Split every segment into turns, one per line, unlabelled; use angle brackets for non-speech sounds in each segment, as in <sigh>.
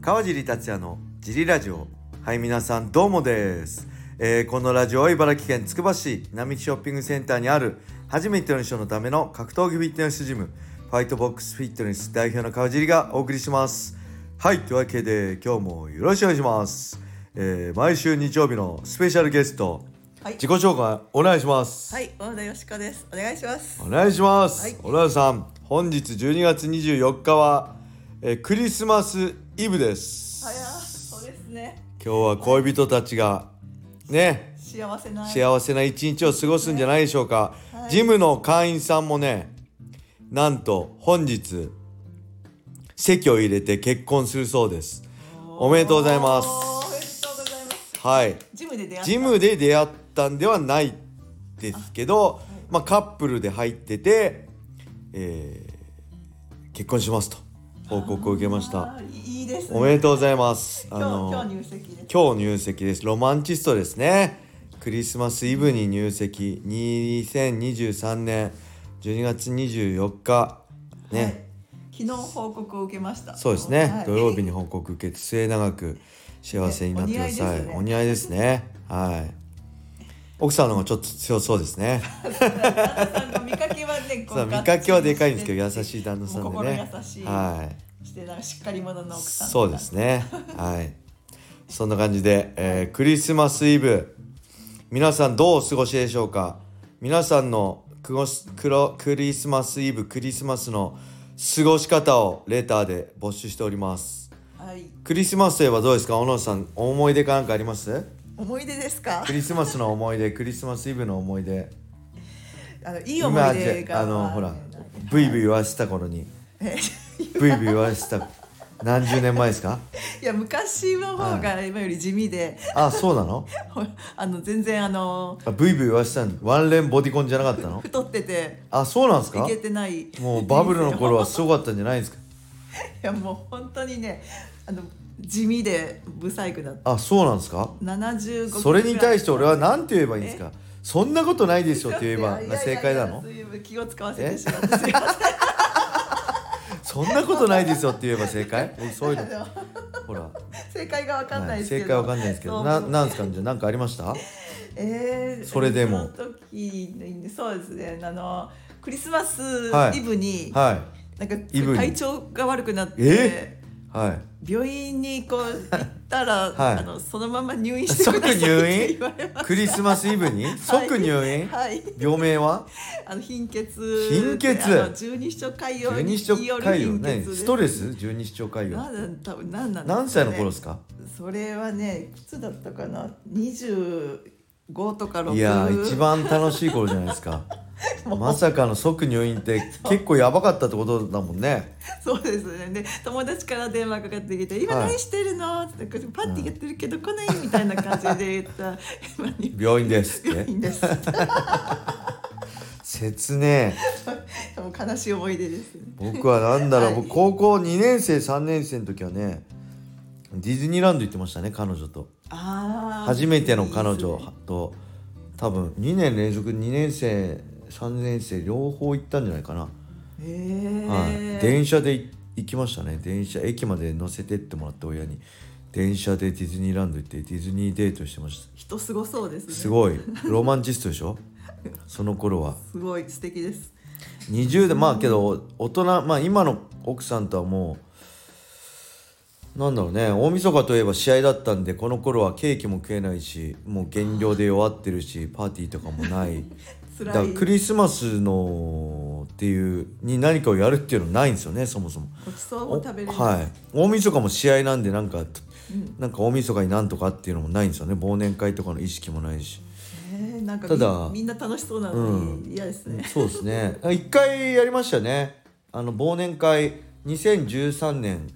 川尻達也のジリラジオはい皆さんどうもです、えーこのラジオは茨城県つくば市並木ショッピングセンターにある初めての人のための格闘技フィットネスジムファイトボックスフィットネス代表の川尻がお送りしますはいというわけで今日もよろしくお願いします、えー毎週日曜日のスペシャルゲスト
はい
自己紹介お願いします
はい、小野田よしこです。お願いします。
お願いします、
はい
小田さん本日12月24日は、えークリスマスイブです
あや、そうですね。
今日は恋人たちがね
幸せな。
幸せな一日を過ごすんじゃないでしょうか、
はい
ジムの会員さんもねなんと本日席を入れて結婚するそうですおめでとうございます
おーおめでとうございます。
はい
ジムで出会った。
ジムで出会ったんではないですけど、まあ、カップルで入ってて、えー結婚しますと報告を受けました
あー。いいですね。
おめでとうございます
今日、今日入籍です。
今日入籍ですロマンチストですねクリスマスイブに入籍2023年12月24日ね、
はい。昨日報告を受けました。
そうですね、
はい
土曜日に報告受けて末永く幸せになってください、
ね
お
お
似合いですねはい奥さんの方がちょっと強そうです
<laughs>
ね
<laughs> なんか見かけ
<laughs>
はね、こ
さあ
う
見かけはでかいんですけど
ガ
優
ッツリして
しい旦那さんで
もう
ね
心優しい。
はい
い。してなんかしっかり者の奥さん。
そうで。すねはいそんな感じで、えークリスマスイブ皆さんどうお過ごしでしょうか皆さんのクゴスクロクリスマスイブクリスマスの過ごし方をレターで募集しております
はい。
クリスマスといえばどうですか小野さん思い出かなんかあります
思い出ですか
ク。リスマスの思い出クリスマスイブの思い出
あのいい思い出
今
が。
あのほら
はい
ブイブイ言わせた頃に
え
ブイブイ言わせた何十年前ですか
<laughs> いや昔の方が今より地味で、
あそうなの
ほ <laughs> あの全然あの
あブイブイ言わせたんワンレンボディコンじゃなかったの
太ってて
あそうなんです
い
か
けてない
もうバブルの頃
い <laughs>
はすごかったんじゃないですか
やもう本当にねあの地味で不細工だった
あそうなんですか
75
それに対して俺は
何
何て言えばいいんですかそんなことないですよって言えばが正解なの
気を使わせてしまってす
<laughs>
いま
そんなことないですよって言えば正解僕そうい
せ
うんの
あの
ほら
正解がわかんない
はい
ですけ
正
ど、
解わかんないですけどな
そう
なんですかじゃあなんかありました
えー、
それでも
その時にそうですねあのクリスマス
はい
イブに、
はい
なんか
イブに
体調が悪くなって、
えはい
病院にこう行ったら、
はい
あのそのまま入院してくださいっ
即入院
て言われまし
クリスマスイブに即入院
た。はい、
病名は
あの貧血
貧血
あの十二指腸潰瘍
十二
に
指腸
よ
潰
る
瘍
貧
何
血です
ストレス十二指腸潰瘍
なんだ多分なんなんですかね
何歳の頃ですか
それはねいくつだったかな二十五とか六
いやー一番楽しい頃じゃないですか
<laughs> もう
まさかの即入院って結構やばかったってことだもんね
そうですねで友達から電話かかってきて「今
はい
何してるの?」ってこれパーティーやってるけど来ない?」みたいな感じで言
<laughs>
ったら「今に
病院ですっ
病
て
院です」
説明
<laughs> もう悲しい思い出ですね。
僕はなんだろう、
はい
僕高校2年生3年生の時はねディズニーランド行ってましたね彼女と
あー
初めての彼
いいですね
女と多分2年連続2年生3年生両方行ったんじゃないかな、
へ
は
え
い、電車でい行きましたね電車駅まで乗せてってもらって親に電車でディズニーランド行ってディズニーデートしてました
人すごそうですね
すごいロマンチストでしょその頃は
すごい素敵です
20代まあけど大人まあ今の奥さんとはもうなんだろうね大晦日といえば試合だったんでこの頃はケーキも食えないしもう減量で弱ってるしパーティーとかもないだか
<laughs> 辛
ら
い
クリスマスのっていうに何かをやるっていうのないんですよねそもそも。
ごちそうも食べれる、
はい、大晦日も試合なんでなんか、なんか大晦日になんとかっていうのもないんですよね忘年会とかの意識もないし。
えー、なんか
た
み
だ
みんな楽しそうなのに嫌ですね、
そうですね一回やりましたよねあの忘年会2013年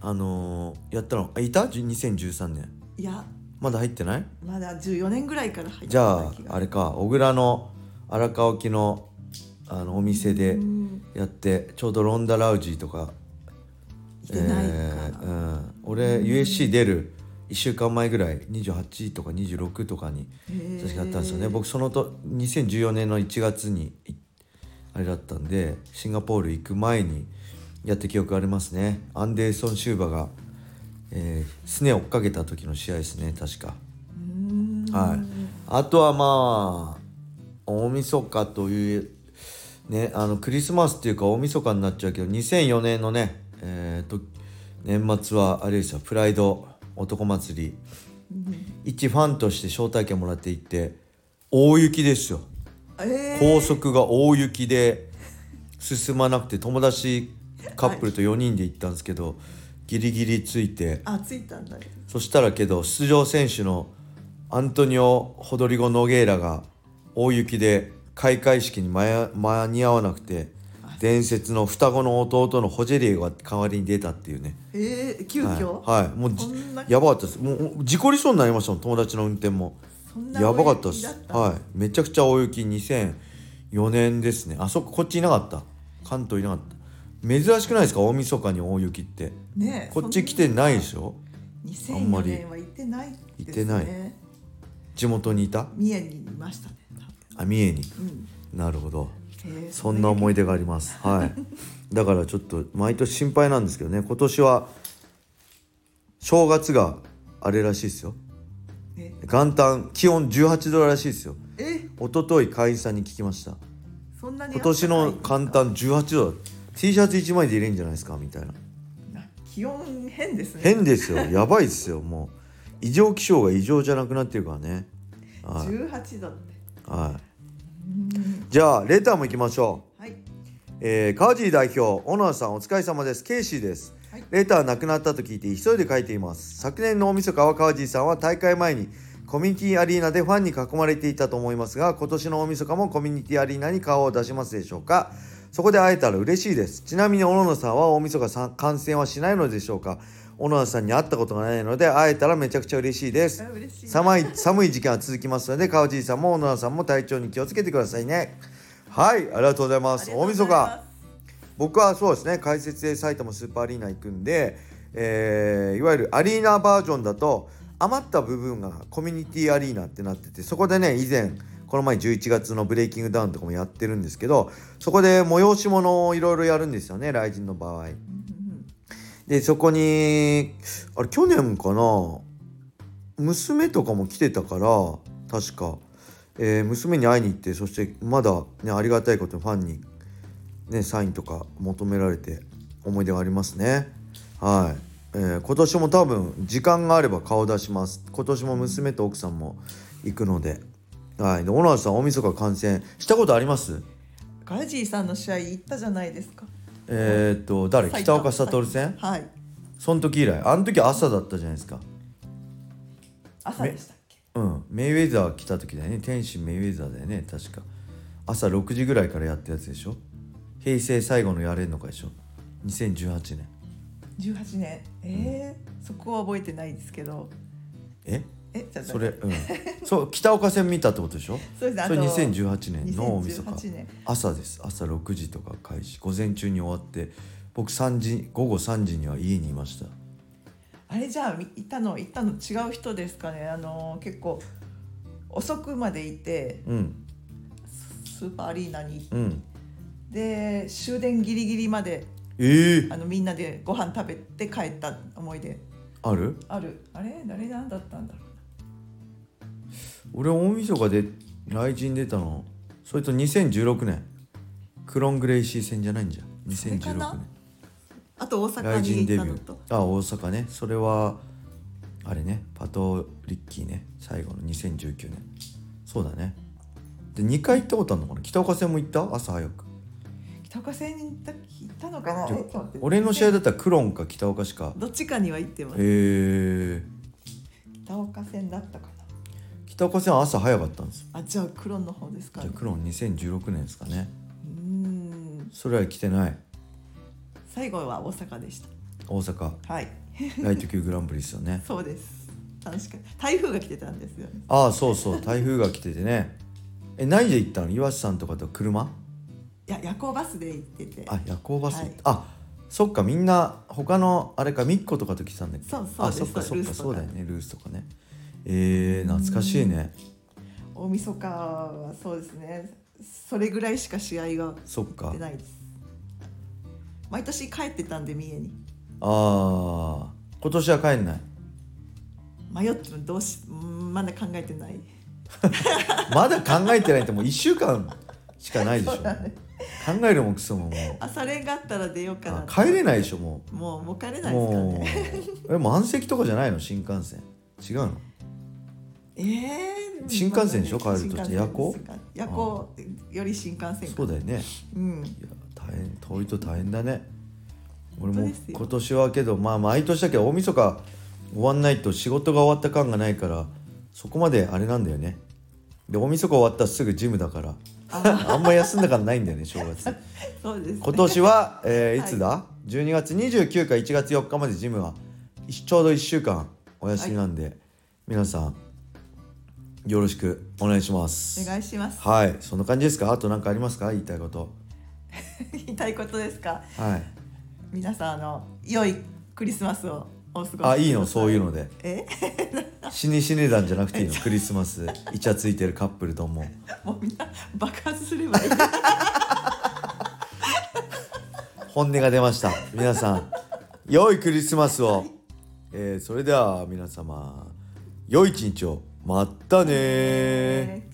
あのーやったのあいたじゅ ?2013 年
いや
まだ入ってない
まだ14年ぐらいから入って
じゃああれ
れ
か小倉の荒川沖のあのお店でやってちょうどロンダ・ラウジーとか
いてないか
えーうん、俺 USC 出る1週間前ぐらい28とか26とかに確かあったんですよね僕そのと2014年の1月にいあれだったんでシンガポール行く前にやった記憶ありますねアンデーソン・シューバがえーすね追っかけた時の試合ですね確か
うん
はいあとはまあ大晦日というねあのクリスマスっていうか大晦日になっちゃうけど2004年のねえーと年末はあれですよプライド男祭り一ファンとして招待券もらって行って大雪ですよ
えー
高速が大雪で進まなくて友達カップルと4人で行ったんですけどギリギリついて
あついたんだよ
そしたらけど出場選手のアントニオ・ホドリゴ・ノゲーラが大雪で開会式に間や間に合わなくて伝説の双子の弟のホジェリエが代わりに出たっていうね、
えー、急
はい
遽、
はい、もうじ
こんな
やばかったですもう事故りそうになりましたもん友達の運転も
そんな
やばかったです
大雪だった
はいめちゃくちゃ大雪2004年ですねあそここっちいなかった関東いなかった珍しくないですか大晦日に大雪って
ねえ
こっち来てないでしょあんま
2004
り
年は行ってないです、ね、
行ってない地元にいた
三重にいましたね
あ三重に
多分うん
なるほど
えー
そんな思い出がありますはいだからちょっと毎年心配なんですけどね今年は正月があれらしいですよ
え
元旦気温18度らしいですよ
え
一昨日会員さんに聞きました
そんなに
今年の簡単18度だ T シャツ1枚で入れるんじゃないですかみたいな
な気温変ですね
変ですよやばいですよもう異常気象が異常じゃなくなってるからねはい、
18度って
はい、じゃあレターも行きましょう
はい
えー、川尻代表オナーさんお疲れ様ですケイシーです、
はい
レターなくなったと聞いて急いで書いています昨年の大晦日は川尻さんは大会前にコミュニティアリーナでファンに囲まれていたと思いますが今年の大晦日もコミュニティアリーナに顔を出しますでしょうかそこで会えたら嬉しいですちなみに小野さんは大晦日さん感染はしないのでしょうか小野さんに会ったことがないので会えたらめちゃくちゃ嬉しいです
あ嬉しい
寒い寒い時間は続きますので川尻さんも小野さんも体調に気をつけてくださいねはいありがとうございます大晦日僕はそうですね解説で埼玉スーパーアリーナ行くんで、えーいわゆるアリーナバージョンだと余った部分がコミュニティアリーナってなっててそこでね以前この前11月のブレイキングダウンとかもやってるんですけどそこで催し物をいろいろやるんですよね雷神の場合。でそこにあれ去年かな娘とかも来てたから確か、えー娘に会いに行ってそしてまだ、ね、ありがたいことにファンに、ね、サインとか求められて思い出がありますね。はいえー今年も多分時間があれば顔出します今年も娘と奥さんも行くので,、はい、でオナーさん大晦日観戦したことあります
ガージーさんの試合行ったじゃないですか
えっ、と誰
埼
北
玉
岡悟戦
はい
その時以来あの時朝だったじゃないですか
朝でしたっけ
うん、メイウェザー来た時だよね天使メイウェザーだよね確か朝6時ぐらいからやったやつでしょ平成最後のやれんのかでしょ2018年
18年えーそこは覚えてないですけど
え
えじゃあ
それうんそう北岡線見たってことでしょ
そう <laughs> ですあ
そ
と
れ2018年の大晦
2018
日
年
朝です朝6時とか開始午前中に終わって僕3時午後3時には家にいました
あれじゃあみいたのいたの違う人ですかねあの結構遅くまでいて
うん
スーパーアリーナに行って
うん
で終電ギリギリまで
ええ
あのみんなでご飯食べて帰った思い出
ある
あるあれ誰なんだったんだろ
俺大晦日で雷神出たのそれと2016年クロングレイシー戦じゃないんじゃん
それか
2016
な
年
うあと大阪
雷
に
神
行っ
デビ
たの
ュ
と
ーあ大阪ねそれはあれねパトリッキーね最後の2019年そうだねで2回行ったことあるのかな北岡線も行った朝早く
北岡線に行った行ったのかな
じゃあ
えちょっと待って
俺の試合だったらクロンか北岡しか
どっちかには行ってます
へえ
北岡線だったかな
北岡線は朝早かったんですよ
あじゃあクロンの方ですか
じ
ね
ゃあクロン2016年ですかね
うーん
それは来てない
最後は大阪でした
大阪
はい
ライト級グランプリですよね
そうです楽しかった台風が来てたんですよね
ああそうそう台風が来ててねえ何で行ったの岩瀬さんとかと車
いや夜行バスで行ってて
あ夜行バス、
はい
あそっかみんな他のあれかみっことかと来てたんだっけ
そうそう
あ
です
そっかそっか
そ
そうう
ルー
だ
スとか
よねルースとかねえー、懐かしいね
大晦日はそうですねそれぐらいしか試合が
そっか
出ないです毎年帰ってたんで三重に
あ今年は帰んない
迷ってるどうしうんまだ考えてない
まだ考えてないってもう1週間しかないでしょ
そうだね
考えるもクソももう
あそれがあったら出ようかな
あ
って
帰れないでしょも
もうもう帰れ
う
ないですから
も
ね
うえ満席とかじゃないの新幹線違うの
えー
新幹線でしょ帰ると
新幹線
夜行
夜行より新幹線か
そうだよね
うん
いや大変遠いと大変だね俺
本
も
当ですよ
今年はけどまあ毎年だけど大晦日終わんないと仕事が終わった感がないからそこまであれなんだよねで大晦日終わったらすぐジムだ
<laughs>
からあんま休んだ感ないんだよね正月
そうですね
今年は、えー
はい
いつだ、12月29か1月4日までジムはちょうど1週間お休みなんで、皆さんよろしくお願いします
お願いします
はいそんな感じですかあと何かありますか言いたいこと
言いたいことですか
はい
皆さんあの良いクリスマスをお過ごしくださ
あいいのそういうので
え
死に死ねだんじゃなくていいのクリスマスイチャついてるカップルとも
もうみんな爆発すればいい
本音が出ました皆さん良いクリスマスを、えーそれでは皆様良い一日をまたねー
えー